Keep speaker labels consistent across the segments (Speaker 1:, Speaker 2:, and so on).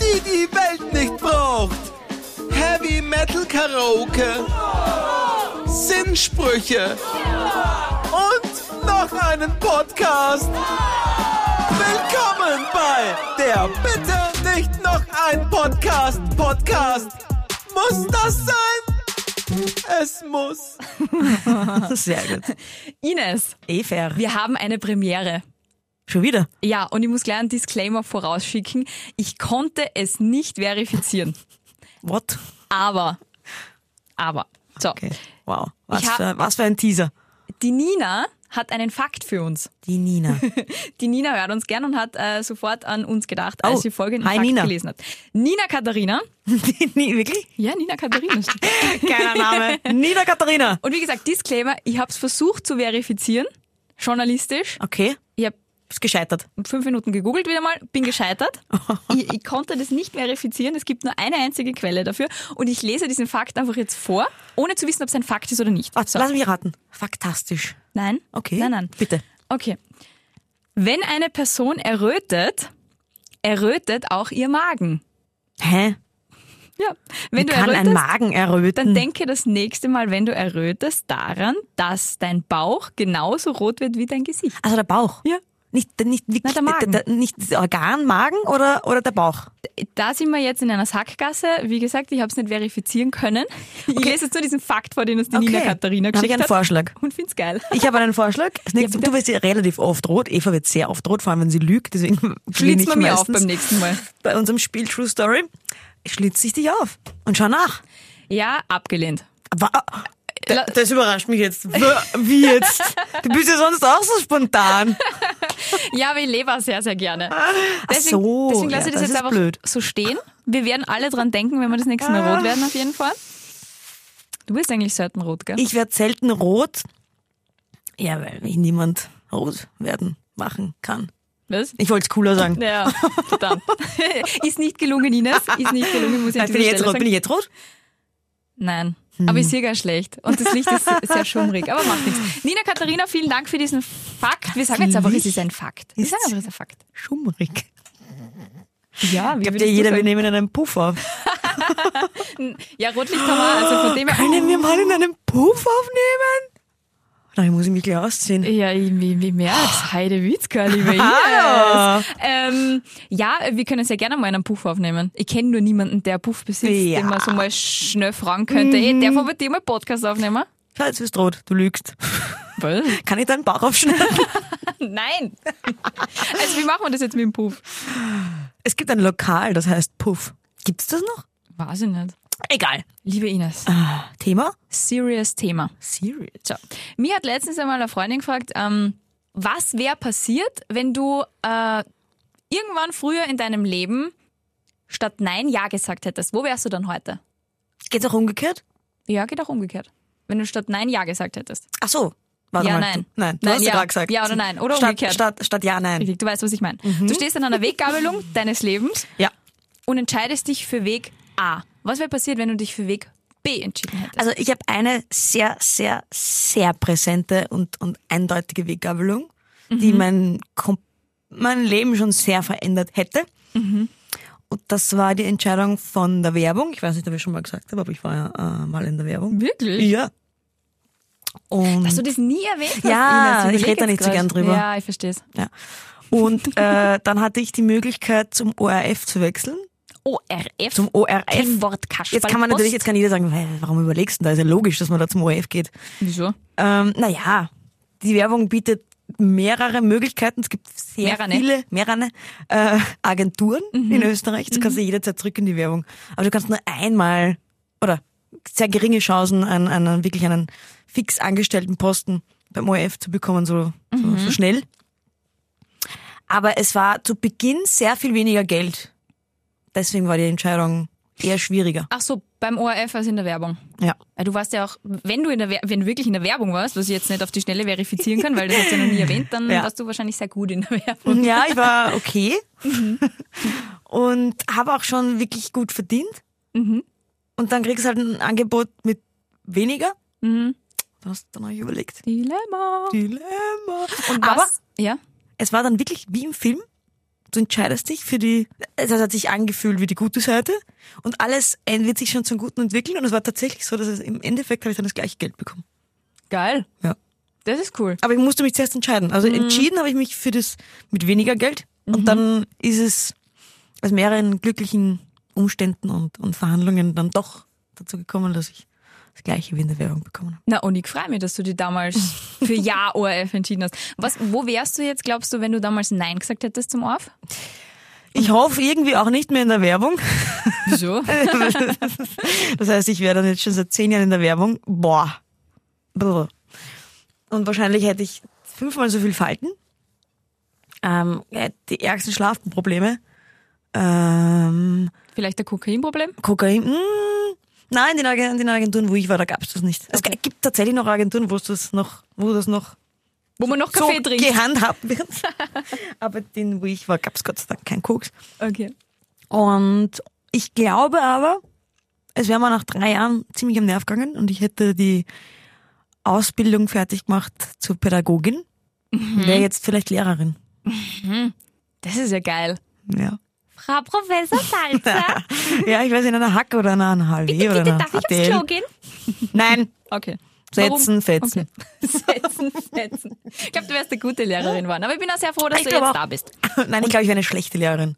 Speaker 1: die die Welt nicht braucht. Heavy Metal Karaoke. Sinnsprüche. Und noch einen Podcast. Willkommen bei der Bitte nicht noch ein Podcast. Podcast. Muss das sein? Es muss.
Speaker 2: Sehr gut.
Speaker 3: Ines,
Speaker 2: Efer.
Speaker 3: wir haben eine Premiere.
Speaker 2: Schon wieder.
Speaker 3: Ja, und ich muss gleich einen Disclaimer vorausschicken. Ich konnte es nicht verifizieren.
Speaker 2: What?
Speaker 3: Aber, aber, so.
Speaker 2: Okay. Wow. Was,
Speaker 3: Ich hab-
Speaker 2: für, was für ein Teaser.
Speaker 3: Die Nina hat einen Fakt für uns.
Speaker 2: Die Nina.
Speaker 3: Die Nina hört uns gern und hat äh, sofort an uns gedacht,
Speaker 2: Oh,
Speaker 3: als sie folgenden
Speaker 2: hi,
Speaker 3: Fakt
Speaker 2: Nina.
Speaker 3: gelesen hat. Nina Katharina.
Speaker 2: Die, Ni- wirklich?
Speaker 3: Ja, Nina Katharina.
Speaker 2: Keiner Name. Nina Katharina.
Speaker 3: und wie gesagt, Disclaimer, ich habe es versucht zu verifizieren, journalistisch.
Speaker 2: Okay.
Speaker 3: Ich habe
Speaker 2: Ist gescheitert.
Speaker 3: fünf Minuten gegoogelt wieder mal, bin gescheitert. Ich, ich konnte das nicht verifizieren. Es gibt nur eine einzige Quelle dafür. Und ich lese diesen Fakt einfach jetzt vor, ohne zu wissen, ob es ein Fakt ist oder nicht.
Speaker 2: Warte,
Speaker 3: So.
Speaker 2: lass mich raten. Faktastisch.
Speaker 3: Nein.
Speaker 2: Okay.
Speaker 3: Nein, nein.
Speaker 2: Bitte.
Speaker 3: Okay. Wenn eine Person errötet, errötet auch ihr Magen.
Speaker 2: Hä?
Speaker 3: Ja. Wenn du
Speaker 2: Kann ein
Speaker 3: errötest,
Speaker 2: Magen Hm. erröten?
Speaker 3: dann denke das nächste Mal, wenn du errötest, daran, dass dein Bauch genauso rot wird wie dein Gesicht.
Speaker 2: also der Bauch.
Speaker 3: Ja.
Speaker 2: Nicht, nicht, wirklich,
Speaker 3: Nein, der Magen.
Speaker 2: nicht das Organ, Magen oder, oder der Bauch?
Speaker 3: Da sind wir jetzt in einer Sackgasse. Wie gesagt, ich habe es nicht verifizieren können. Ich lese jetzt nur diesen Fakt vor, den uns die Nina Katharina
Speaker 2: Dann habe ich
Speaker 3: geschickt
Speaker 2: einen
Speaker 3: hat.
Speaker 2: Vorschlag.
Speaker 3: Und find's geil.
Speaker 2: Ich habe einen Vorschlag. Das nächste, du wirst ja relativ oft rot. Eva wird sehr oft rot, vor allem wenn sie lügt. Deswegen gewinne
Speaker 3: Schlitz
Speaker 2: ich
Speaker 3: mal mir auf
Speaker 2: meistens.
Speaker 3: beim nächsten Mal.
Speaker 2: Bei unserem Spiel True Story schlitze ich dich auf und schau nach.
Speaker 3: Ja, abgelehnt.
Speaker 2: Wa-
Speaker 3: La-
Speaker 2: Das überrascht mich jetzt. Wa- Wie jetzt? Du bist ja sonst auch so spontan.
Speaker 3: Ja, aber ich lebe auch sehr, sehr gerne. Deswegen,
Speaker 2: Ah, so,
Speaker 3: deswegen lasse
Speaker 2: ja,
Speaker 3: ich das,
Speaker 2: das
Speaker 3: jetzt
Speaker 2: ist
Speaker 3: einfach
Speaker 2: blöd. Ah.
Speaker 3: so stehen. Wir werden alle dran denken, wenn wir das nächste Mal rot werden, auf jeden Fall. Du bist eigentlich selten rot, gell?
Speaker 2: Ich werde selten rot. Ja, weil mich niemand rot werden machen kann.
Speaker 3: Was?
Speaker 2: Ich wollte es cooler sagen.
Speaker 3: Ja, verdammt. ist nicht gelungen, Ines. Ist nicht gelungen, muss ich an
Speaker 2: Bin
Speaker 3: dieser
Speaker 2: ich jetzt
Speaker 3: Stelle
Speaker 2: rot?
Speaker 3: sagen.
Speaker 2: Bin ich jetzt rot?
Speaker 3: Nein. Aber ich sehe gar schlecht. Und das Licht ist sehr schummrig. Aber macht nichts. Nina Katharina, vielen Dank für diesen Fakt. Wir sagen jetzt einfach, es ist ein Fakt. Wir
Speaker 2: Ist-
Speaker 3: sagen einfach, es ist ein Fakt.
Speaker 2: Schummrig.
Speaker 3: Ja, wie
Speaker 2: Glaubt
Speaker 3: würdest
Speaker 2: ihr,
Speaker 3: du
Speaker 2: jeder, wir
Speaker 3: sagen?
Speaker 2: nehmen einen Puff auf.
Speaker 3: Ja, Rotlicht haben wir, also von dem her.
Speaker 2: Können wir mal in einen Puff aufnehmen? Nein, muss ich mich gleich ausziehen.
Speaker 3: Ja, ich, ich, ich merk's. Heide Witzka, liebe
Speaker 2: Ah.
Speaker 3: Ines. ähm, ja, wir können sehr gerne mal einen Puff aufnehmen. Ich kenne nur niemanden, der einen Puff besitzt,
Speaker 2: Ja.
Speaker 3: den man so mal schnell fragen könnte. Ey, darf man bei dir mal einen Podcast aufnehmen?
Speaker 2: Schau, jetzt bist du rot. Du lügst.
Speaker 3: Was?
Speaker 2: Kann ich deinen Bauch aufschneiden?
Speaker 3: Nein. Also wie machen wir das jetzt mit dem Puff?
Speaker 2: Es gibt ein Lokal, das heißt Puff. Gibt's das noch?
Speaker 3: Weiß ich nicht.
Speaker 2: Egal.
Speaker 3: Liebe Ines,
Speaker 2: Ah, Thema?
Speaker 3: serious Thema.
Speaker 2: Serious.
Speaker 3: So. Mir hat letztens einmal eine Freundin gefragt, ähm, was wäre passiert, wenn du äh, irgendwann früher in deinem Leben statt Nein Ja gesagt hättest? Wo wärst du dann heute?
Speaker 2: Geht's auch umgekehrt?
Speaker 3: Ja, geht auch umgekehrt. Wenn du statt Nein Ja gesagt hättest.
Speaker 2: Ach so. Warte
Speaker 3: Ja,
Speaker 2: mal.
Speaker 3: nein.
Speaker 2: Nein, du
Speaker 3: Nein,
Speaker 2: hast ja
Speaker 3: ja.
Speaker 2: gerade gesagt.
Speaker 3: Ja oder nein, oder
Speaker 2: statt,
Speaker 3: umgekehrt.
Speaker 2: Statt, statt ja, nein.
Speaker 3: Richtig, du weißt, was ich meine.
Speaker 2: Mhm.
Speaker 3: Du stehst an einer Weggabelung deines Lebens
Speaker 2: Ja.
Speaker 3: und entscheidest dich für Weg A. Was wäre passiert, wenn du dich für Weg B entschieden hättest?
Speaker 2: Also ich habe eine sehr, sehr, sehr präsente und, und eindeutige Weggabelung, die
Speaker 3: Mhm.
Speaker 2: mein, kom- mein Leben schon sehr verändert hätte.
Speaker 3: Mhm.
Speaker 2: Und das war die Entscheidung von der Werbung. Ich weiß nicht, ob ich schon mal gesagt habe, aber ich war ja äh, mal in der Werbung.
Speaker 3: Wirklich?
Speaker 2: Ja. Und
Speaker 3: Dass du das nie erwähnt hast.
Speaker 2: Ja, ich
Speaker 3: Ines, überleg
Speaker 2: red da
Speaker 3: jetzt
Speaker 2: nicht so
Speaker 3: grad.
Speaker 2: gern drüber.
Speaker 3: Ja, ich verstehe es.
Speaker 2: Und äh, dann hatte ich die Möglichkeit, zum ORF zu wechseln.
Speaker 3: ORF.
Speaker 2: Zum ORF.
Speaker 3: Kein Wort, Kasperl,
Speaker 2: Jetzt kann man natürlich, jetzt
Speaker 3: Post.
Speaker 2: kann jeder sagen, "Hä, warum überlegst du denn da? Ist ja logisch, dass man da zum ORF geht.
Speaker 3: Wieso?
Speaker 2: Ähm, naja, die Werbung bietet mehrere Möglichkeiten. Es gibt sehr
Speaker 3: Mehrere.
Speaker 2: viele, mehrere äh, Agenturen in Österreich. Du kannst ja jederzeit zurück in die Werbung. Aber du kannst nur einmal oder sehr geringe Chancen, einen, einen wirklich einen fix angestellten Posten beim ORF zu bekommen, so, so, so schnell. Aber es war zu Beginn sehr viel weniger Geld. Deswegen war die Entscheidung eher schwieriger.
Speaker 3: Ach so, beim ORF als in der Werbung.
Speaker 2: Ja.
Speaker 3: Ja, Du warst ja auch, wenn du, in der, Wer- wenn du wirklich in der Werbung warst, was ich jetzt nicht auf die Schnelle verifizieren kann, weil das hast du ja noch nie erwähnt, dann
Speaker 2: Ja.
Speaker 3: warst du wahrscheinlich sehr gut in der Werbung.
Speaker 2: Ja, ich war okay Mhm. und habe auch schon wirklich gut verdient. Mhm. Und dann kriegst du halt ein Angebot mit weniger. Mhm. Dann hast du dann auch überlegt.
Speaker 3: Dilemma.
Speaker 2: Dilemma.
Speaker 3: Und
Speaker 2: Aber
Speaker 3: was? Ja.
Speaker 2: es war dann wirklich wie im Film. Du du entscheidest dich für die, das hat sich angefühlt wie die gute Seite und alles wird sich schon zum Guten entwickeln und es war tatsächlich so, dass es im Endeffekt habe ich dann das gleiche Geld bekommen.
Speaker 3: Geil.
Speaker 2: Ja.
Speaker 3: Das ist cool.
Speaker 2: Aber ich musste mich zuerst entscheiden. Also entschieden habe ich mich für das mit weniger Geld und dann ist es aus mehreren glücklichen Umständen und, und Verhandlungen dann doch dazu gekommen, dass ich das gleiche wie in der Werbung bekommen habe.
Speaker 3: Na, und ich freue mich, dass du dich damals für Ja ORF entschieden hast. Was, wo wärst du jetzt, glaubst du, wenn du damals Nein gesagt hättest zum ORF?
Speaker 2: Ich hoffe irgendwie auch nicht mehr in der Werbung.
Speaker 3: Wieso?
Speaker 2: Das heißt, ich wäre dann jetzt schon seit zehn Jahren in der Werbung. Boah. Brr. Und wahrscheinlich hätte ich fünfmal so viel Falten. Ähm, hätte die ärgsten Schlafprobleme. Ähm,
Speaker 3: Vielleicht ein Kokainproblem?
Speaker 2: Kokain. Mh. hm, Nein, in den, Agen- in den Agenturen, wo ich war, da gab es das nicht. Es
Speaker 3: Okay.
Speaker 2: gibt tatsächlich noch Agenturen, wo es das noch, wo das noch
Speaker 3: Wo man noch Kaffee
Speaker 2: so
Speaker 3: trinkt.
Speaker 2: gehandhabt wird. Aber den, wo ich war, gab es Gott sei Dank keinen Koks.
Speaker 3: Okay.
Speaker 2: Und ich glaube aber, es wäre mir nach drei Jahren ziemlich am Nerv gegangen und ich hätte die Ausbildung fertig gemacht zur Pädagogin.
Speaker 3: Mhm.
Speaker 2: Wäre jetzt vielleicht Lehrerin.
Speaker 3: Das ist ja geil.
Speaker 2: Ja.
Speaker 3: Frau Professor Salzer,
Speaker 2: ja, ich weiß, in einer Hack oder einer HLW oder einer ATL.
Speaker 3: gehen?
Speaker 2: Nein,
Speaker 3: Okay.
Speaker 2: setzen, fetzen.
Speaker 3: Setzen, setzen. Ich glaube, du wärst eine gute Lehrerin geworden. Aber ich bin auch sehr froh, dass
Speaker 2: Ich
Speaker 3: du
Speaker 2: glaub
Speaker 3: jetzt
Speaker 2: auch.
Speaker 3: da bist.
Speaker 2: Nein, ich glaube, ich wäre eine schlechte Lehrerin.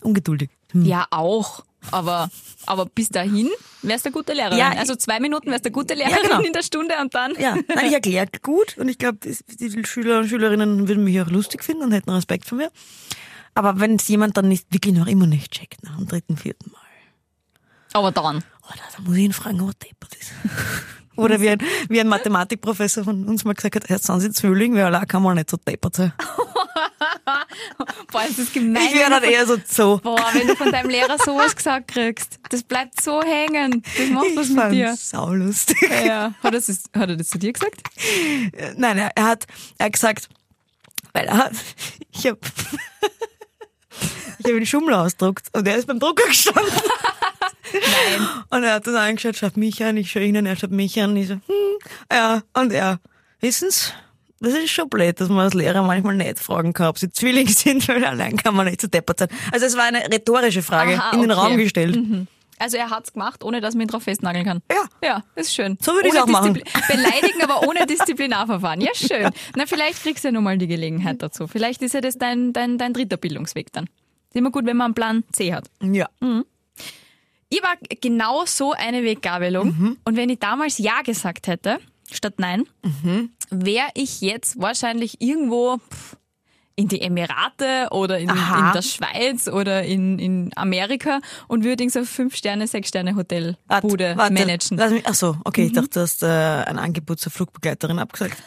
Speaker 2: Ungeduldig. Hm.
Speaker 3: Ja, auch. Aber, aber bis dahin wärst du eine gute Lehrerin.
Speaker 2: Ja, ich-
Speaker 3: also zwei Minuten wärst du eine gute Lehrerin
Speaker 2: genau.
Speaker 3: in der Stunde und dann.
Speaker 2: Ja, nein, ich erkläre gut und ich glaube, das- die Schüler und Schülerinnen würden mich auch lustig finden und hätten Respekt vor mir. Aber wenn es jemand dann nicht, wirklich noch immer nicht checkt, nach dem dritten, vierten Mal,
Speaker 3: Aber dann.
Speaker 2: oder da muss ich ihn fragen, was deppert ist. Oder wie ein, wie ein Mathematikprofessor von uns mal gesagt hat, Herr sind Sie Zwilling, wir alle kann man nicht so deppert sein.
Speaker 3: Boah, es ist gemein.
Speaker 2: Ich wäre dann eh
Speaker 3: wenn du
Speaker 2: eher so so.
Speaker 3: von, boah, wenn du von deinem Lehrer sowas gesagt kriegst. Das bleibt so hängen. Das macht was
Speaker 2: Ich
Speaker 3: mit dir.
Speaker 2: fand's saulustig.
Speaker 3: Ja, Ja. Hat er, das, hat er das zu dir gesagt?
Speaker 2: Äh, Nein, er, er hat er hat gesagt, weil er, ich habe ich hab den Schummel ausgedruckt und er ist beim Drucker gestanden. Nein. Und er hat dann angeschaut, schaut mich an, ich schaue ihn an, er schaut mich an. Ich so, hm, ja, und er, wissen's, das ist schon blöd, dass man als Lehrer manchmal nicht fragen kann, ob sie Zwillinge sind, weil allein kann man nicht so deppert sein. Also es war eine rhetorische Frage
Speaker 3: Aha,
Speaker 2: in den
Speaker 3: okay.
Speaker 2: Raum gestellt.
Speaker 3: Also er hat's gemacht, ohne dass man ihn drauf festnageln kann.
Speaker 2: Ja.
Speaker 3: Ja, ist schön.
Speaker 2: So würde ich's
Speaker 3: Ohne
Speaker 2: auch machen.
Speaker 3: Diszipli- Beleidigen, aber ohne Disziplinarverfahren. Ja, schön. Na, vielleicht kriegst du ja nochmal die Gelegenheit dazu. Vielleicht ist ja das dein, dein, dein dritter Bildungsweg dann. Ist immer gut, wenn man einen Plan C hat.
Speaker 2: Ja.
Speaker 3: Hm, Ich war genau so eine Weggabelung.
Speaker 2: Mhm.
Speaker 3: Und wenn ich damals Ja gesagt hätte, statt Nein,
Speaker 2: Mhm.
Speaker 3: wäre ich jetzt wahrscheinlich irgendwo pff, in die Emirate oder in,
Speaker 2: Aha.
Speaker 3: in der Schweiz oder in, in Amerika und würde in so Fünf-Sterne, Sechs-Sterne-Hotel
Speaker 2: Warte,
Speaker 3: Bude
Speaker 2: warte,
Speaker 3: managen. Mhm.
Speaker 2: Lass mich, ach so, okay, ich dachte, du hast äh, ein Angebot zur Flugbegleiterin abgesagt.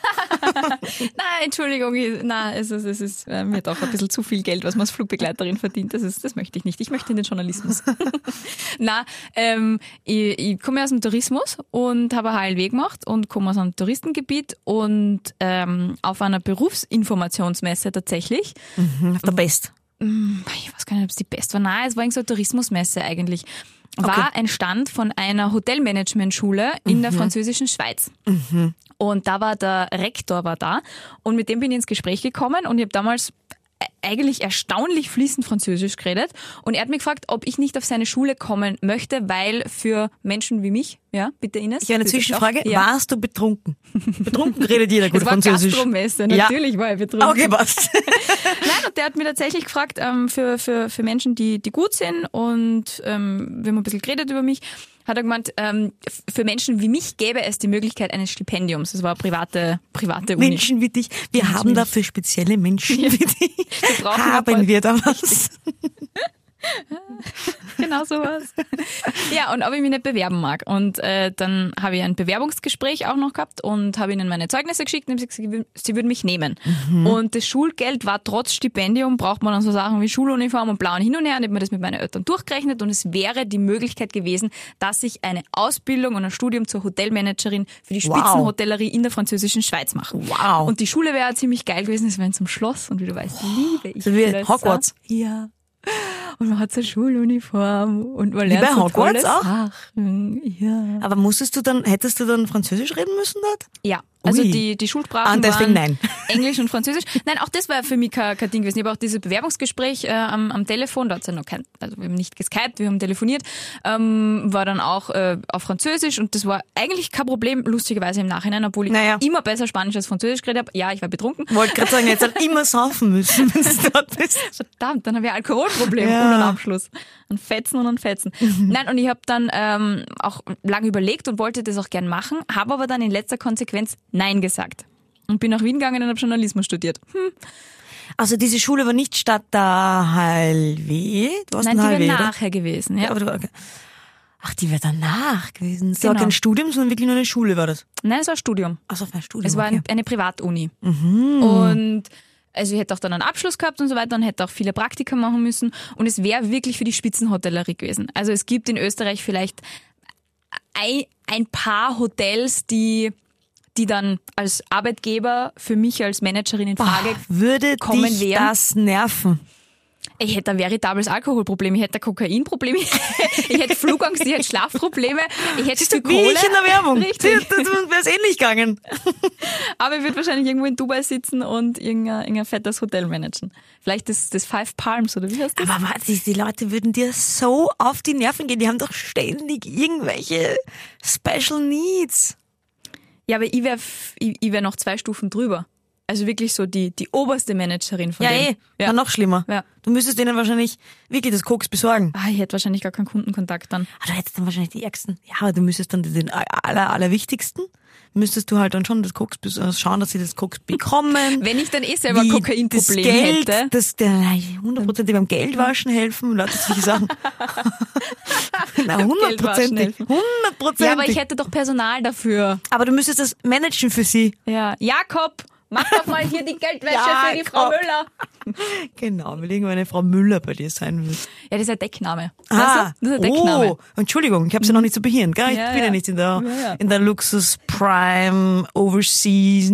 Speaker 3: Nein, Entschuldigung, ich- nein, es ist, es ist äh, mir doch ein bisschen zu viel Geld, was man als Flugbegleiterin verdient. Das, ist, das möchte ich nicht. Ich möchte in den Journalismus. Na, ähm, ich, ich komme aus dem Tourismus und habe einen HLW gemacht und komme aus einem Touristengebiet und ähm, auf einer Berufsinformationsmesse tatsächlich
Speaker 2: Der Best.
Speaker 3: ich weiß gar nicht, ob es die best war. Nein, es war irgendwie so eine Tourismusmesse eigentlich. War ein Stand von einer Hotelmanagement-Schule in
Speaker 2: Mhm.
Speaker 3: der französischen Schweiz. Und da war der Rektor war da und mit dem bin ich ins Gespräch gekommen und ich habe damals e- eigentlich erstaunlich fließend Französisch geredet und er hat mich gefragt, ob ich nicht auf seine Schule kommen möchte, weil für Menschen wie mich, ja, bitte Ines.
Speaker 2: Ich habe eine
Speaker 3: bitte
Speaker 2: Zwischenfrage.
Speaker 3: doch. Ja.
Speaker 2: Warst du betrunken? Betrunken redet jeder gut
Speaker 3: Es war
Speaker 2: Französisch.
Speaker 3: Gastromesse,
Speaker 2: Ja.
Speaker 3: natürlich war ich betrunken.
Speaker 2: Okay, passt.
Speaker 3: Nein, und der hat mir tatsächlich gefragt, ähm, für, für, für Menschen, die, die gut sind und ähm, wir haben ein bisschen geredet über mich, hat er gemeint, ähm, f- für Menschen wie mich gäbe es die Möglichkeit eines Stipendiums. Das war eine private, private Uni.
Speaker 2: Menschen wie dich. Wir haben dafür spezielle Menschen wie dich.
Speaker 3: Wir brauchen
Speaker 2: Haben
Speaker 3: aber-
Speaker 2: wir da was?
Speaker 3: Genau sowas. ja, und ob ich mich nicht bewerben mag. Und äh, dann habe ich ein Bewerbungsgespräch auch noch gehabt und habe ihnen meine Zeugnisse geschickt und haben sie gesagt, sie wür- sie würden mich nehmen.
Speaker 2: Mhm.
Speaker 3: Und das Schulgeld war trotz Stipendium, braucht man dann so Sachen wie Schuluniform und blauen Hin und Her. Und ich habe mir das mit meinen Eltern durchgerechnet und es wäre die Möglichkeit gewesen, dass ich eine Ausbildung und ein Studium zur Hotelmanagerin für die
Speaker 2: Wow.
Speaker 3: Spitzenhotellerie in der französischen Schweiz mache.
Speaker 2: Wow.
Speaker 3: Und die Schule wäre ziemlich geil gewesen, es wäre zum Schloss und wie du weißt, liebe ich
Speaker 2: Oh, So wie
Speaker 3: Schlösser.
Speaker 2: Hogwarts.
Speaker 3: Ja. Und man hat so eine Schuluniform und man
Speaker 2: bei
Speaker 3: lernt so
Speaker 2: Hogwarts
Speaker 3: tolle
Speaker 2: auch?
Speaker 3: Sachen. Ja.
Speaker 2: Aber musstest du dann, hättest du dann Französisch reden müssen dort?
Speaker 3: ja, Also
Speaker 2: Ui.
Speaker 3: die, die
Speaker 2: Ah,
Speaker 3: Schulsprachen
Speaker 2: deswegen
Speaker 3: waren
Speaker 2: nein.
Speaker 3: Englisch und Französisch. Nein, auch das war für mich kein, kein Ding gewesen. Ich habe auch dieses Bewerbungsgespräch äh, am, am Telefon, da hat's ja noch kein, also wir haben nicht geskypt, wir haben telefoniert, ähm, war dann auch äh, auf Französisch und das war eigentlich kein Problem, lustigerweise im Nachhinein, obwohl ich
Speaker 2: Naja.
Speaker 3: immer besser Spanisch als Französisch geredet habe. Ja, ich war betrunken.
Speaker 2: Wollte gerade sagen, jetzt halt immer saufen müssen, wenn es dort ist.
Speaker 3: Verdammt, dann habe ich ein Alkoholproblem
Speaker 2: Ja. Mhm.
Speaker 3: und einen Abschluss. An Fetzen und an Fetzen. Nein, und ich habe dann ähm, auch lange überlegt und wollte das auch gern machen, habe aber dann in letzter Konsequenz Nein gesagt. Und bin nach Wien gegangen und habe Journalismus studiert. Hm,
Speaker 2: Also diese Schule war nicht statt der HLW. Du warst in
Speaker 3: nein, die
Speaker 2: HLW,
Speaker 3: wäre
Speaker 2: oder?
Speaker 3: nachher gewesen.
Speaker 2: Ja,
Speaker 3: Ja.
Speaker 2: aber du, okay. Ach, die wäre danach gewesen. Das war
Speaker 3: Genau.
Speaker 2: kein Studium, sondern wirklich nur eine Schule war das.
Speaker 3: Nein, es war ein Studium.
Speaker 2: Also auf ein Studium.
Speaker 3: Es war
Speaker 2: okay. Mhm.
Speaker 3: ein, eine Privatuni. Und also ich hätte auch dann einen Abschluss gehabt und so weiter und hätte auch viele Praktika machen müssen. Und es wäre wirklich für die Spitzenhotellerie gewesen. Also es gibt in Österreich vielleicht ein, ein paar Hotels, die, die dann als Arbeitgeber für mich als Managerin in Frage.
Speaker 2: würde
Speaker 3: kommen
Speaker 2: dich
Speaker 3: wären.
Speaker 2: das nerven.
Speaker 3: Ich hätte ein veritables Alkoholproblem, ich hätte ein Kokainproblem, ich hätte Flugangst, ich hätte Schlafprobleme, ich hätte zu
Speaker 2: Wie
Speaker 3: Kohle.
Speaker 2: ich in der Werbung.
Speaker 3: Richtig.
Speaker 2: Wäre es ähnlich gegangen.
Speaker 3: Aber ich würde wahrscheinlich irgendwo in Dubai sitzen und irgendein, irgendein fettes Hotel managen. Vielleicht das, das Five Palms oder wie heißt das?
Speaker 2: Aber warte, die Leute würden dir so auf die Nerven gehen. Die haben doch ständig irgendwelche Special Needs.
Speaker 3: Ja, aber ich wäre ich, ich wär noch zwei Stufen drüber. Also wirklich so die, die oberste Managerin von denen.
Speaker 2: Ja. War noch schlimmer.
Speaker 3: Ja.
Speaker 2: Du müsstest denen wahrscheinlich wirklich das Koks besorgen.
Speaker 3: Ah, ich hätte wahrscheinlich gar keinen Kundenkontakt dann.
Speaker 2: Ah, du hättest dann wahrscheinlich die Ärgsten. Ja, aber du müsstest dann den aller, allerwichtigsten, müsstest du halt dann schon das Koks, bes- äh, schauen, dass sie das Koks bekommen.
Speaker 3: Wenn ich dann eh selber ein
Speaker 2: das
Speaker 3: Kokainproblem
Speaker 2: Geld,
Speaker 3: hätte.
Speaker 2: das der hundertprozentig beim Geldwaschen helfen und lauter solche Sachen. Na,
Speaker 3: Geldwaschen
Speaker 2: hundertprozentig.
Speaker 3: helfen.
Speaker 2: Hundertprozentig.
Speaker 3: Ja, aber ich hätte doch Personal dafür.
Speaker 2: Aber du müsstest das managen für sie.
Speaker 3: Ja. Jakob, mach doch mal hier die Geldwäsche für die Frau
Speaker 2: Jakob.
Speaker 3: Müller.
Speaker 2: Genau, will irgendwann eine Frau Müller bei dir sein wird.
Speaker 3: Ja, das ist ein Deckname.
Speaker 2: Ah,
Speaker 3: weißt du? Das ist ein Deckname.
Speaker 2: oh, Entschuldigung, ich habe sie noch nicht zu behirn, gell? Ich
Speaker 3: Ja,
Speaker 2: bin ja,
Speaker 3: ja.
Speaker 2: nicht in der,
Speaker 3: Ja, ja.
Speaker 2: in der Luxus Prime, Overseas,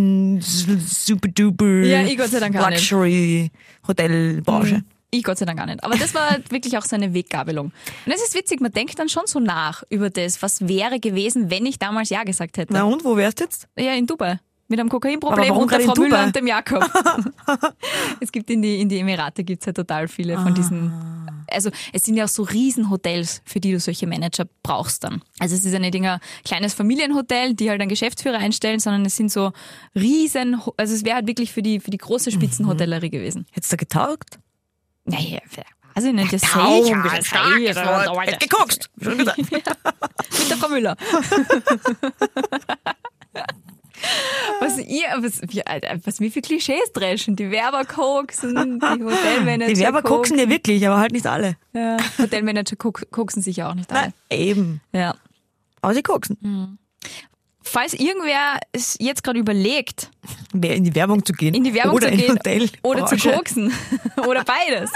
Speaker 2: Super Duper,
Speaker 3: Ja, ich Gott sei Dank auch nicht. Mhm.
Speaker 2: Luxury Hotelbranche.
Speaker 3: Ich Gott sei Dank gar nicht. Aber das war wirklich auch seine Weggabelung. Und es ist witzig, man denkt dann schon so nach über das, was wäre gewesen, wenn ich damals Ja gesagt hätte.
Speaker 2: Na und, wo wärst du jetzt?
Speaker 3: Ja, in Dubai. Mit einem
Speaker 2: Aber
Speaker 3: Kokainproblem
Speaker 2: warum
Speaker 3: und der
Speaker 2: gerade in
Speaker 3: Frau Müller
Speaker 2: Dubai?
Speaker 3: und dem Jakob. es gibt in die, in die Emirate gibt's ja total viele
Speaker 2: Ah.
Speaker 3: von diesen. Also es sind ja auch so Riesenhotels, für die du solche Manager brauchst dann. Also es ist ja nicht ein kleines Familienhotel, die halt einen Geschäftsführer einstellen, sondern es sind so riesen, also es wäre halt wirklich für die, für die große
Speaker 2: Mhm.
Speaker 3: Spitzenhotellerie gewesen.
Speaker 2: Hättest du da getaugt?
Speaker 3: Naja, weiß ich also nicht, das halt sehe ich.
Speaker 2: Taugen,
Speaker 3: ja,
Speaker 2: das
Speaker 3: das sehe ich.
Speaker 2: Hättest geguckt. Schon wieder.
Speaker 3: Mit der Frau Müller. was ihr, was wir, Alter, was wir für Klischees dreschen. Die Werber koksen, die Hotelmanager.
Speaker 2: Die Werber koksen ja wirklich, aber halt nicht alle.
Speaker 3: Ja. Hotelmanager kok- koksen sich ja auch nicht alle.
Speaker 2: Eben.
Speaker 3: Ja.
Speaker 2: Aber sie koksen.
Speaker 3: Hm. Falls irgendwer es jetzt gerade überlegt,
Speaker 2: Wer in die Werbung zu gehen.
Speaker 3: in die Werbung
Speaker 2: oder
Speaker 3: zu gehen
Speaker 2: In Hotel
Speaker 3: oder zu koksen oder beides.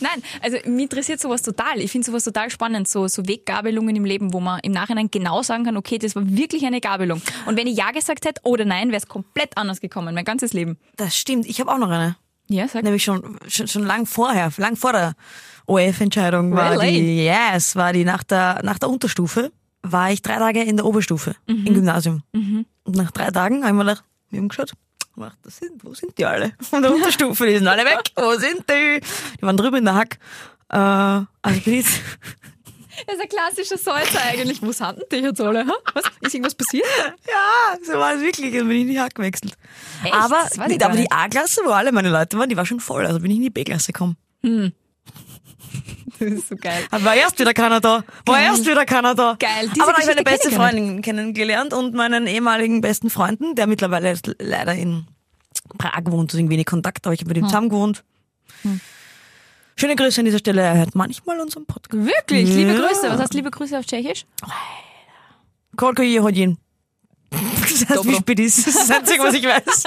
Speaker 3: Nein, also mich interessiert sowas total. Ich finde sowas total spannend, so, so Weggabelungen im Leben, wo man im Nachhinein genau sagen kann, okay, das war wirklich eine Gabelung. Und wenn ich Ja gesagt hätte oder Nein, wäre es komplett anders gekommen, mein ganzes Leben.
Speaker 2: Das stimmt, ich habe auch noch eine.
Speaker 3: Ja, sag.
Speaker 2: Nämlich schon, schon, schon lang vorher, lang vor der OF-Entscheidung war
Speaker 3: Really?
Speaker 2: die, yes, war die nach der, nach der Unterstufe, war ich drei Tage in der Oberstufe
Speaker 3: Mhm.
Speaker 2: im Gymnasium. Und nach drei Tagen haben wir gedacht, wir haben geschaut, macht das Sinn, wo sind die alle? Von der Unterstufe, die sind alle weg, wo sind die? Die waren drüben in der Hack. Äh, also bin ich,
Speaker 3: Das ist ein klassischer Säufer eigentlich. Was haben denn die jetzt alle? hä? Was? Ist irgendwas passiert?
Speaker 2: ja, so war es wirklich, dann bin ich in die Hack gewechselt.
Speaker 3: Echt?
Speaker 2: Aber,
Speaker 3: Das weiß ich
Speaker 2: nicht,
Speaker 3: gar
Speaker 2: aber die
Speaker 3: nicht.
Speaker 2: A-Klasse, wo alle meine Leute waren, die war schon voll, also bin ich in die B-Klasse gekommen.
Speaker 3: Das ist so geil.
Speaker 2: Aber war erst wieder keiner da. War erst wieder keiner da.
Speaker 3: Geil, diese
Speaker 2: Aber dann habe ich
Speaker 3: Geschichte
Speaker 2: meine beste
Speaker 3: kenne ich gar
Speaker 2: Freundin kennengelernt und meinen ehemaligen besten Freunden, der mittlerweile jetzt leider in Prag wohnt, deswegen wenig Kontakt, aber ich habe
Speaker 3: Hm.
Speaker 2: mit ihm zusammen gewohnt. Schöne Grüße an dieser Stelle. Er hört manchmal unseren Podcast.
Speaker 3: Wirklich, liebe
Speaker 2: Ja.
Speaker 3: Grüße. Was heißt liebe Grüße auf Tschechisch?
Speaker 2: Kolko Jehodin. Das heißt, wie
Speaker 3: Dobro.
Speaker 2: spät ist. Das ist das Einzige, was ich weiß.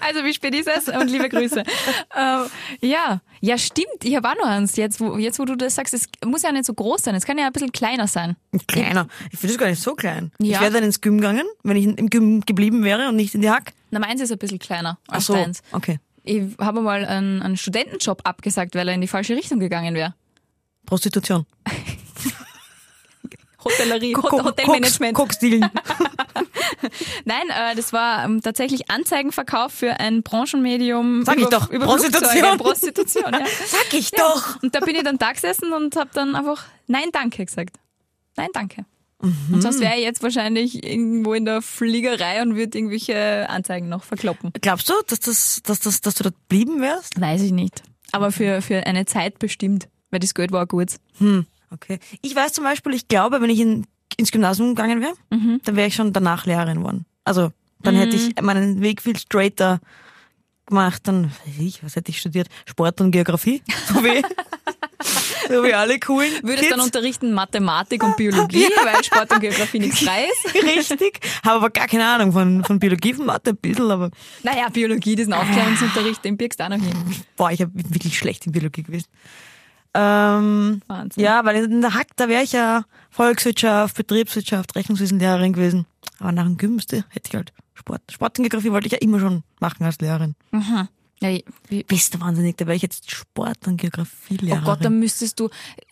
Speaker 3: Also wie spät ist es? Und liebe Grüße. ähm, ja, ja stimmt. Ich habe auch noch eins. Jetzt wo, jetzt, wo du das sagst, es muss ja nicht so groß sein. Es kann ja ein bisschen kleiner sein.
Speaker 2: Kleiner. Ich finde das gar nicht so klein. Ich
Speaker 3: Ja.
Speaker 2: wäre dann ins Gym gegangen, wenn ich im Gym geblieben wäre und nicht in die Hack.
Speaker 3: Na, meins ist ein bisschen kleiner
Speaker 2: Ach
Speaker 3: als
Speaker 2: so.
Speaker 3: deins.
Speaker 2: Okay.
Speaker 3: Ich habe mal einen, einen Studentenjob abgesagt, weil er in die falsche Richtung gegangen wäre.
Speaker 2: Prostitution.
Speaker 3: Hotellerie,
Speaker 2: Ko-
Speaker 3: Hot
Speaker 2: Koks-
Speaker 3: Hotelmanagement.
Speaker 2: Koksdealen.
Speaker 3: Nein, äh, das war ähm, tatsächlich Anzeigenverkauf für ein Branchenmedium.
Speaker 2: Sag ich doch,
Speaker 3: Über
Speaker 2: Prostitution.
Speaker 3: Flugzeuge, Prostitution, ja.
Speaker 2: Sag ich
Speaker 3: Ja.
Speaker 2: doch.
Speaker 3: Und da bin ich dann da gesessen und habe dann einfach Nein, danke gesagt. Nein, danke. Und sonst wäre ich jetzt wahrscheinlich irgendwo in der Fliegerei und würde irgendwelche Anzeigen noch verkloppen.
Speaker 2: Glaubst du, dass, das, dass, das, dass du dort blieben wärst?
Speaker 3: Weiß ich nicht. Aber für, für eine Zeit bestimmt, weil das Geld war gut.
Speaker 2: Okay. Ich weiß zum Beispiel, ich glaube, wenn ich in, ins Gymnasium gegangen wäre,
Speaker 3: Mhm.
Speaker 2: dann wäre ich schon danach Lehrerin geworden. Also dann hätte ich meinen Weg viel straighter gemacht. Dann, weiß ich, was hätte ich studiert? Sport und Geografie. So wie, so wie alle coolen
Speaker 3: Würdest
Speaker 2: Kids.
Speaker 3: dann unterrichten Mathematik und Biologie, weil Sport und Geografie nichts frei ist.
Speaker 2: Richtig. Habe aber gar keine Ahnung von, von Biologie, von Mathe ein bisschen, aber
Speaker 3: Naja, Biologie, diesen Aufklärungsunterricht, den birgst du auch noch hin.
Speaker 2: boah, ich hab- bin wirklich schlecht in Biologie gewesen. Ähm,
Speaker 3: Wahnsinn.
Speaker 2: ja, weil in der Hack, da wäre ich ja Volkswirtschaft, Betriebswirtschaft, Rechnungswesenlehrerin gewesen. Aber nach dem Gymnasium hätte ich halt Sport. Sport und Geografie wollte ich ja immer schon machen als Lehrerin.
Speaker 3: Ja, wie,
Speaker 2: Bist du wahnsinnig, da wäre ich jetzt Sport und Geografie
Speaker 3: oh
Speaker 2: Lehrerin.
Speaker 3: Gott, dann müsstest du.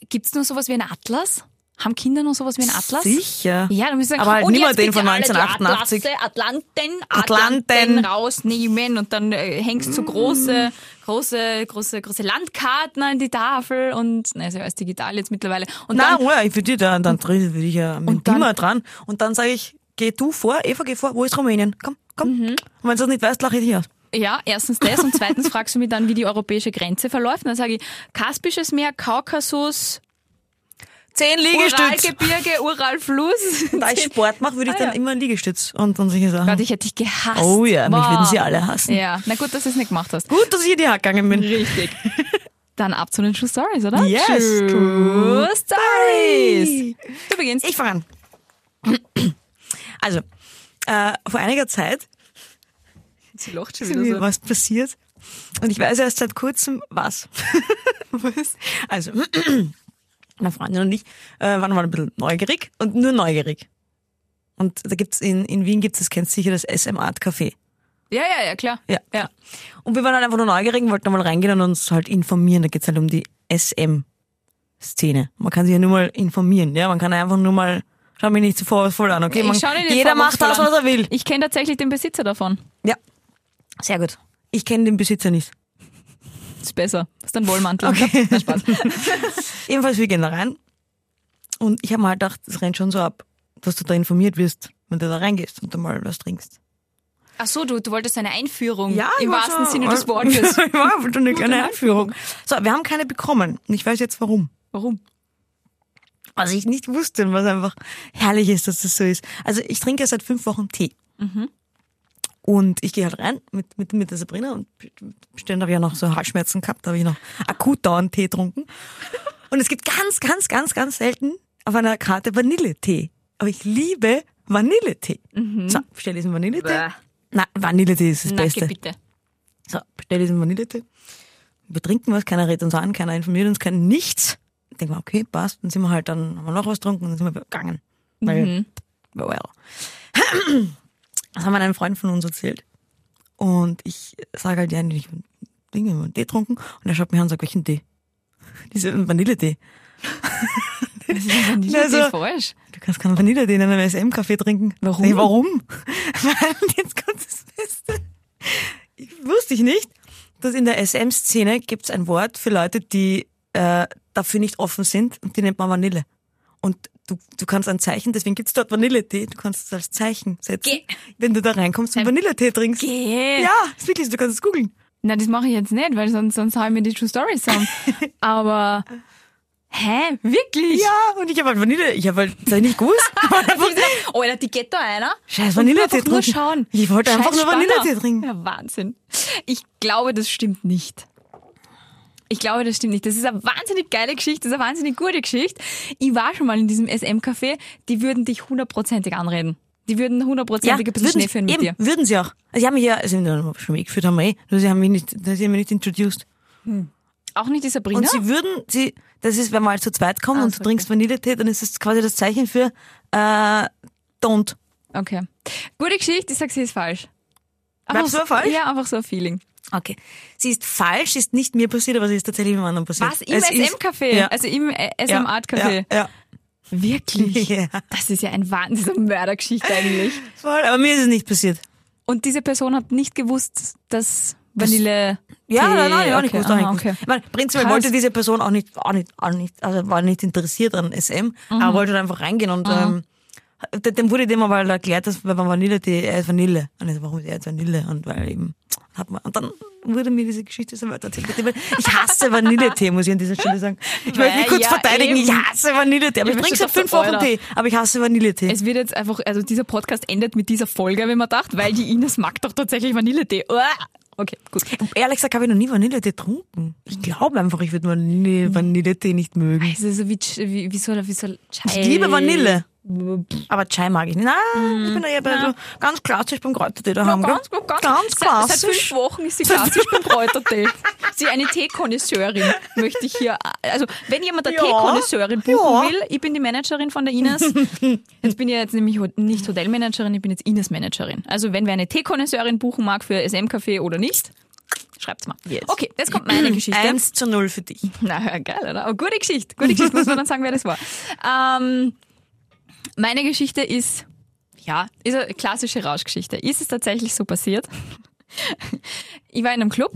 Speaker 3: Gibt's nur sowas wie einen Atlas? Haben Kinder noch sowas wie einen Atlas?
Speaker 2: Sicher.
Speaker 3: Ja, dann müssen wir
Speaker 2: Aber halt
Speaker 3: und
Speaker 2: nimmer
Speaker 3: jetzt
Speaker 2: den
Speaker 3: bitte
Speaker 2: von
Speaker 3: alle die
Speaker 2: 1988.
Speaker 3: Atlasse, Atlanten, Atlanten,
Speaker 2: Atlanten.
Speaker 3: rausnehmen und dann äh, hängst du große, große, große, große Landkarten an die Tafel und, na, ist ja alles digital jetzt mittlerweile. Und
Speaker 2: Na,
Speaker 3: dann,
Speaker 2: oh ja, ich würde dann, dann drin, würde ich ja mit
Speaker 3: dann-
Speaker 2: dem immer dran. Und dann sage ich, geh du vor, Eva, geh vor, wo ist Rumänien? Komm, komm.
Speaker 3: Mhm.
Speaker 2: Und wenn du das nicht weißt, lache ich dich aus.
Speaker 3: ja, erstens das und zweitens fragst du mich dann, wie die europäische Grenze verläuft. Und dann sage ich, Kaspisches Meer, Kaukasus,
Speaker 2: Zehn Liegestütze.
Speaker 3: Uralgebirge, Uralfluss.
Speaker 2: Da ich Sport mache, würde ich
Speaker 3: Ah,
Speaker 2: dann
Speaker 3: ja.
Speaker 2: immer einen Liegestütz und, und solche Sachen.
Speaker 3: Gott, ich hätte dich gehasst.
Speaker 2: Oh ja, mich
Speaker 3: Wow.
Speaker 2: würden sie alle hassen.
Speaker 3: Ja, na gut, dass du es nicht gemacht hast.
Speaker 2: Gut, dass ich in die Hack gegangen bin.
Speaker 3: Richtig. Dann ab zu den True Stories, oder?
Speaker 2: Yes,
Speaker 3: True
Speaker 2: True
Speaker 3: Stories. Du beginnst.
Speaker 2: Ich fange an. Also, äh, vor einiger Zeit
Speaker 3: sie lacht schon
Speaker 2: ist mir was passiert und ich weiß erst seit kurzem was. was? Also, meine Freundin und ich äh, waren mal ein bisschen neugierig und nur neugierig. Und da gibt's in, in Wien gibt's das kennst du sicher das SM Art Café.
Speaker 3: Ja, ja, ja, klar.
Speaker 2: Ja.
Speaker 3: Ja.
Speaker 2: Und wir waren halt einfach nur neugierig und wollten mal reingehen und uns halt informieren. Da geht's halt um die SM-Szene. Man kann sich ja nur mal informieren, ja. Man kann einfach nur mal, schau mich nicht zu vorwurfsvoll an, okay?
Speaker 3: Ich
Speaker 2: Man,
Speaker 3: schau dir nicht
Speaker 2: jeder macht das,
Speaker 3: vorwurfsvoll
Speaker 2: was er will.
Speaker 3: Ich kenne tatsächlich den Besitzer davon.
Speaker 2: Ja. Sehr gut. Ich kenne den Besitzer nicht.
Speaker 3: Ist besser. Ist ein Wollmantel. Okay. Na, Spaß.
Speaker 2: Jedenfalls, wir gehen da rein. Und ich habe mal gedacht, das rennt schon so ab, dass du da informiert wirst, wenn du da reingehst und dann mal was trinkst.
Speaker 3: Ach so, du, du wolltest eine Einführung
Speaker 2: ich
Speaker 3: im
Speaker 2: war
Speaker 3: wahrsten
Speaker 2: schon-
Speaker 3: Sinne des Wortes.
Speaker 2: Ja, ich war schon eine kleine Einführung. So, wir haben keine bekommen. Und ich weiß jetzt warum.
Speaker 3: Warum?
Speaker 2: was Also ich nicht wusste und was einfach herrlich ist, dass das so ist. Also ich trinke ja seit fünf Wochen Tee.
Speaker 3: Mhm.
Speaker 2: Und ich gehe halt rein mit, mit, mit der Sabrina und bestimmt habe ich ja noch so Halsschmerzen gehabt, da habe ich noch akut dauernd Tee getrunken. Und es gibt ganz, ganz, ganz, ganz selten auf einer Karte Vanilletee. Aber ich liebe Vanilletee. So, bestell diesen Vanilletee.
Speaker 3: Mhm. Bäh.
Speaker 2: Na, Vanilletee ist das
Speaker 3: Na, geh
Speaker 2: Beste.
Speaker 3: bitte.
Speaker 2: So, bestell diesen Vanilletee. Wir trinken was, keiner redet uns an, keiner informiert uns, kein nichts. Ich denke mal, okay, passt. Dann sind wir halt dann, haben wir noch was getrunken und dann sind wir gegangen. Weil, well. Das haben wir einem Freund von uns erzählt. Und ich sage halt, ja, ich habe einen Tee getrunken. Und er schaut mich an und sagt, welchen Tee? Diesen Vanilletee.
Speaker 3: Vanille
Speaker 2: Also-
Speaker 3: ist falsch.
Speaker 2: Du kannst keinen Vanilletee in einem SM-Kaffee trinken.
Speaker 3: Warum?
Speaker 2: Nee, warum? Weil jetzt kommt das Beste. Ich wusste ich nicht, dass in der SM-Szene gibt es ein Wort für Leute, die äh, dafür nicht offen sind und die nennt man Vanille. Und du, du kannst ein Zeichen, deswegen gibt es dort Vanilletee, du kannst es als Zeichen setzen,
Speaker 3: Geh.
Speaker 2: wenn du da reinkommst und Vanilletee trinkst.
Speaker 3: Geh.
Speaker 2: Ja, ist wirklich, so, du kannst es googeln.
Speaker 3: Na, das mache ich jetzt nicht, weil sonst, sonst hau ich mir die True Stories an. Aber, hä? Wirklich?
Speaker 2: Ja, und ich habe halt Vanille, ich habe halt, das hab ich nicht gewusst. Ich hab einfach-
Speaker 3: Oh, da die geht da einer.
Speaker 2: Scheiß
Speaker 3: Und
Speaker 2: Vanilletee
Speaker 3: einfach nur
Speaker 2: trinken.
Speaker 3: schauen.
Speaker 2: Ich wollte einfach
Speaker 3: Scheiß
Speaker 2: nur Vanilletee
Speaker 3: Spanner.
Speaker 2: trinken.
Speaker 3: Ja, Wahnsinn. Ich glaube, das stimmt nicht. Ich glaube, das stimmt nicht. Das ist eine wahnsinnig geile Geschichte, das ist eine wahnsinnig gute Geschichte. Ich war schon mal in diesem SM-Café, die würden dich hundertprozentig anreden. Die würden hundertprozentig ein bisschen
Speaker 2: würden-
Speaker 3: Schnee führen mit dir.
Speaker 2: eben, Würden sie auch. Also sie haben mich ja, also sie haben schon weggeführt, haben wir eh, nur sie haben mich nicht, sie haben mich nicht introduced.
Speaker 3: Auch nicht die Sabrina?
Speaker 2: Und sie würden, sie, das ist, wenn wir halt zu zweit kommen
Speaker 3: Ah,
Speaker 2: und du
Speaker 3: so,
Speaker 2: trinkst Vanilletee, dann ist das quasi das Zeichen für, äh, don't.
Speaker 3: Okay. Gute Geschichte, ich sag, sie ist falsch. Einfach
Speaker 2: Glaubst du, war falsch?
Speaker 3: Ja, einfach so ein Feeling.
Speaker 2: Okay. Sie ist falsch, ist nicht mir passiert, aber sie ist tatsächlich jemand anderem passiert.
Speaker 3: Was? Im
Speaker 2: Es ist-
Speaker 3: SM-Café?
Speaker 2: Ja,
Speaker 3: Also im
Speaker 2: ja,
Speaker 3: SM-Art-Café?
Speaker 2: Ja, ja.
Speaker 3: Wirklich?
Speaker 2: Ja.
Speaker 3: Das ist ja ein Wahnsinn, diese Mördergeschichte eigentlich.
Speaker 2: Voll, aber mir ist es nicht passiert.
Speaker 3: Und diese Person hat nicht gewusst, dass Vanille.
Speaker 2: Ja,
Speaker 3: Tee-
Speaker 2: nein, nein, ich auch nicht
Speaker 3: okay,
Speaker 2: gewusst, auch nicht
Speaker 3: aha,
Speaker 2: gewusst.
Speaker 3: okay.
Speaker 2: Ich meine, prinzipiell
Speaker 3: Krass.
Speaker 2: wollte diese Person auch nicht, auch nicht, auch nicht, also war nicht interessiert an SM,
Speaker 3: Mhm.
Speaker 2: aber wollte da einfach reingehen und, ähm, de- dem wurde dem aber erklärt, dass wenn man Vanille, die, er ist Vanille. Und ich so, warum ist er jetzt Vanille? Und weil eben, hat man, und dann wurde mir diese Geschichte so weiter erzählt. Ich hasse Vanilletee, muss ich an dieser Stelle sagen. Ich möchte mich
Speaker 3: Weil,
Speaker 2: kurz
Speaker 3: ja,
Speaker 2: verteidigen, ich
Speaker 3: eben.
Speaker 2: hasse Vanilletee. Aber
Speaker 3: Ja,
Speaker 2: ich
Speaker 3: aber
Speaker 2: trinke
Speaker 3: steht
Speaker 2: seit
Speaker 3: doch
Speaker 2: fünf
Speaker 3: so,
Speaker 2: Wochen
Speaker 3: Alter.
Speaker 2: Tee, aber ich hasse Vanilletee.
Speaker 3: Es wird jetzt einfach, also dieser Podcast endet mit dieser Folge, wenn man dacht, weil die Ines mag doch tatsächlich Vanilletee. Uah. Okay, gut.
Speaker 2: Ehrlich gesagt habe ich noch nie Vanilletee getrunken. Ich glaube einfach, ich würde
Speaker 3: Hm.
Speaker 2: Vanille, Vanilletee nicht mögen.
Speaker 3: Es ist so wie, Ch- wie, wie soll, wie soll Chai.
Speaker 2: Ich liebe Vanille. Aber Chai mag ich nicht. Nein, ich bin da eher bei so ganz klassisch beim Kräutertee daheim. gell?
Speaker 3: Mhm. Ganz, ganz, ganz,
Speaker 2: ganz
Speaker 3: seit, seit
Speaker 2: klassisch.
Speaker 3: fünf Wochen ist sie klassisch beim Kräutertee. Sie ist eine Teekonnoisseurin, möchte ich hier. Also, wenn jemand eine
Speaker 2: Ja.
Speaker 3: Teekonnoisseurin buchen
Speaker 2: Ja.
Speaker 3: will, ich bin die Managerin von der Ines. Jetzt bin ich jetzt nämlich ho- nicht Hotelmanagerin, ich bin jetzt Ines-Managerin. Also, wenn wer eine Teekonnoisseurin buchen mag für SM-Café oder nicht, schreibt's mal.
Speaker 2: Yes. Ähm,
Speaker 3: Okay, jetzt kommt meine Geschichte.
Speaker 2: Eins zu null für dich.
Speaker 3: Na, ja, geil, oder? Aber gute Geschichte. Gute Geschichte, muss man dann sagen, wer das war. Ähm, meine Geschichte ist, ja, ist eine klassische Rauschgeschichte. Ist es tatsächlich so passiert? Ich war in einem Club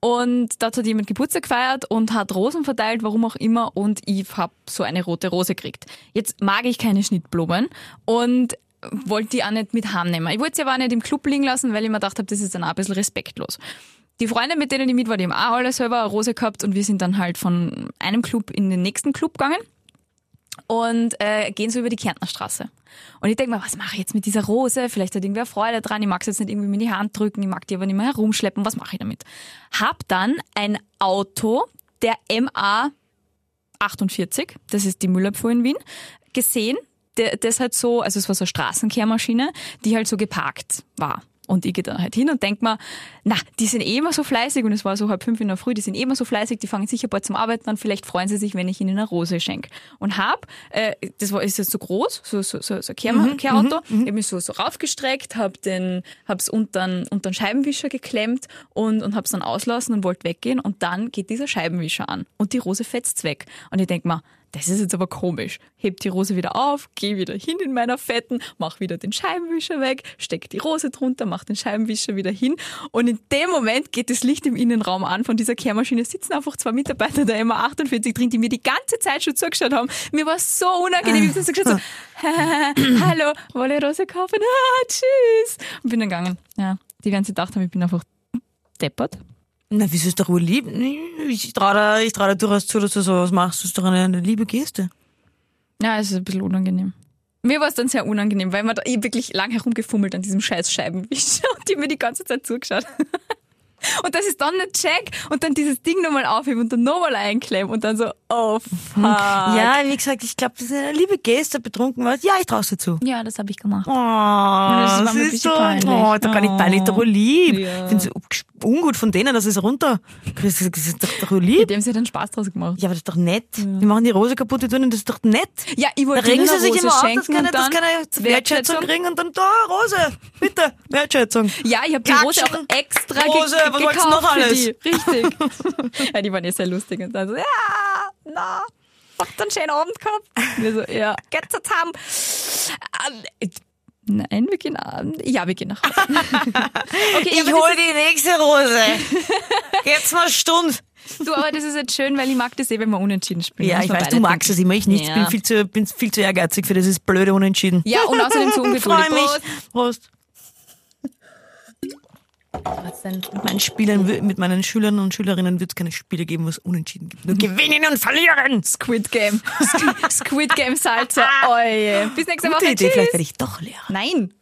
Speaker 3: und dort hat jemand Geburtstag gefeiert und hat Rosen verteilt, warum auch immer, und ich hab so eine rote Rose gekriegt. Jetzt mag ich keine Schnittblumen und wollte die auch nicht mit heimnehmen. Ich wollte sie aber auch nicht im Club liegen lassen, weil ich mir gedacht habe, das ist dann auch ein bisschen respektlos. Die Freunde, mit denen ich mit war, die haben auch alle selber eine Rose gehabt und wir sind dann halt von einem Club in den nächsten Club gegangen und äh, gehen so über die Kärntner Straße. Und ich denke mir, was mache ich jetzt mit dieser Rose? Vielleicht hat irgendwer Freude dran, ich mag es jetzt nicht irgendwie mir in die Hand drücken, ich mag die aber nicht mehr herumschleppen, was mache ich damit? Hab dann ein Auto der MA 48, das ist die Müllabfuhr in Wien, gesehen, der, das halt so, also es war so eine Straßenkehrmaschine, die halt so geparkt war. Und ich gehe dann halt hin und denk mir, na, die sind eh immer so fleißig und es war so halb fünf in der Früh, die sind eh immer so fleißig, die fangen sicher bald zum Arbeiten an, vielleicht freuen sie sich, wenn ich ihnen eine Rose schenke. Und hab, äh, das war, ist jetzt so groß, so, so, so, so ein Kehrma- Kehrauto, ich hab mich so, so raufgestreckt, hab den, hab's untern, untern Scheibenwischer geklemmt und, und hab's dann auslassen und wollte weggehen und dann geht dieser Scheibenwischer an und die Rose fetzt weg. Und ich denk mir, das ist jetzt aber komisch. Heb die Rose wieder auf, geh wieder hin in meiner Fetten, mach wieder den Scheibenwischer weg, steck die Rose drunter, mach den Scheibenwischer wieder hin. Und in dem Moment geht das Licht im Innenraum an von dieser Kehrmaschine. Sitzen einfach zwei Mitarbeiter der MA48 drin, die mir die ganze Zeit schon zugeschaut haben. Mir war so unangenehm. Ich hab so gesagt so, hallo, wolle Rose kaufen? Ah, tschüss. Und bin dann gegangen. Ja, die ganze Nacht haben, ich bin einfach deppert.
Speaker 2: Na, wieso ist doch wohl lieb? Ich traue da, ich trau da durchaus zu, dass du sowas machst. Das ist doch eine, eine liebe Geste.
Speaker 3: Ja, es ist ein bisschen unangenehm. Mir war es dann sehr unangenehm, weil man da eh wirklich lang herumgefummelt an diesem scheiß Scheibenwischer und die mir die ganze Zeit zugeschaut. Und das ist dann nicht check und dann dieses Ding nochmal aufheben und dann nochmal einklemmen und dann so, oh fuck.
Speaker 2: Ja, wie gesagt, ich glaube, das ist eine liebe Geste, betrunken warst. Ja, ich traue dir zu.
Speaker 3: ja das habe ich gemacht.
Speaker 2: Oh, das,
Speaker 3: das war mir ein
Speaker 2: ist so,
Speaker 3: bisschen peinlich.
Speaker 2: oh, ist doch gar nicht
Speaker 3: Oh.
Speaker 2: peinlich, doch wohl lieb.
Speaker 3: Ja.
Speaker 2: Ich finde es ungut von denen, dass es runter. Das ist doch, doch wohl lieb.
Speaker 3: Die haben sich dann Spaß draus gemacht.
Speaker 2: Ja, aber das ist doch nett. Die machen die Rose kaputt, die tun ihnen das ist doch nett.
Speaker 3: Ja, ich
Speaker 2: Da
Speaker 3: wollte
Speaker 2: regen
Speaker 3: ihnen
Speaker 2: sie
Speaker 3: eine
Speaker 2: sich
Speaker 3: Rose
Speaker 2: immer auf,
Speaker 3: schenken
Speaker 2: dass keine,
Speaker 3: und
Speaker 2: dass
Speaker 3: dann
Speaker 2: keine Wertschätzung kriegen und dann da, Rose, bitte, Wertschätzung.
Speaker 3: Ja, ich habe die Rose
Speaker 2: Klatschen.
Speaker 3: auch extra
Speaker 2: Rose,
Speaker 3: ge
Speaker 2: was
Speaker 3: gekauft
Speaker 2: wolltest du noch
Speaker 3: für
Speaker 2: alles?
Speaker 3: die. Richtig. ja, die waren eh sehr lustig und dann so, ja, na, habt einen schönen Abend gehabt. Wir so, ja, geht's jetzt haben. Nein, wir gehen Abend. Ja, wir gehen nach Hause. okay, ja, aber das
Speaker 2: hol die nächste Rose. Jetzt mal Stund.
Speaker 3: ist, du, aber das ist jetzt schön, weil ich mag das eh, wenn wir unentschieden spielen.
Speaker 2: Ja,
Speaker 3: Muss
Speaker 2: ich
Speaker 3: man
Speaker 2: weiß,
Speaker 3: beide
Speaker 2: du magst es
Speaker 3: trinken.
Speaker 2: immer. Ich nicht. Ich bin
Speaker 3: Ja.
Speaker 2: viel zu, bin viel zu ehrgeizig für dieses blöde Unentschieden.
Speaker 3: Ja, und außerdem zu ungeduldig.
Speaker 2: Freue mich.
Speaker 3: Prost.
Speaker 2: Prost.
Speaker 3: Was denn?
Speaker 2: Mit meinen, Spielern, wü- mit meinen Schülern und Schülerinnen wird es keine Spiele geben, wo es Unentschieden gibt. Nur gewinnen und verlieren.
Speaker 3: Squid Game. Squid Game Salzer. Oje. Bis nächste
Speaker 2: Gute
Speaker 3: Woche.
Speaker 2: Idee,
Speaker 3: Tschüss.
Speaker 2: vielleicht werde ich doch Lehrer.
Speaker 3: Nein.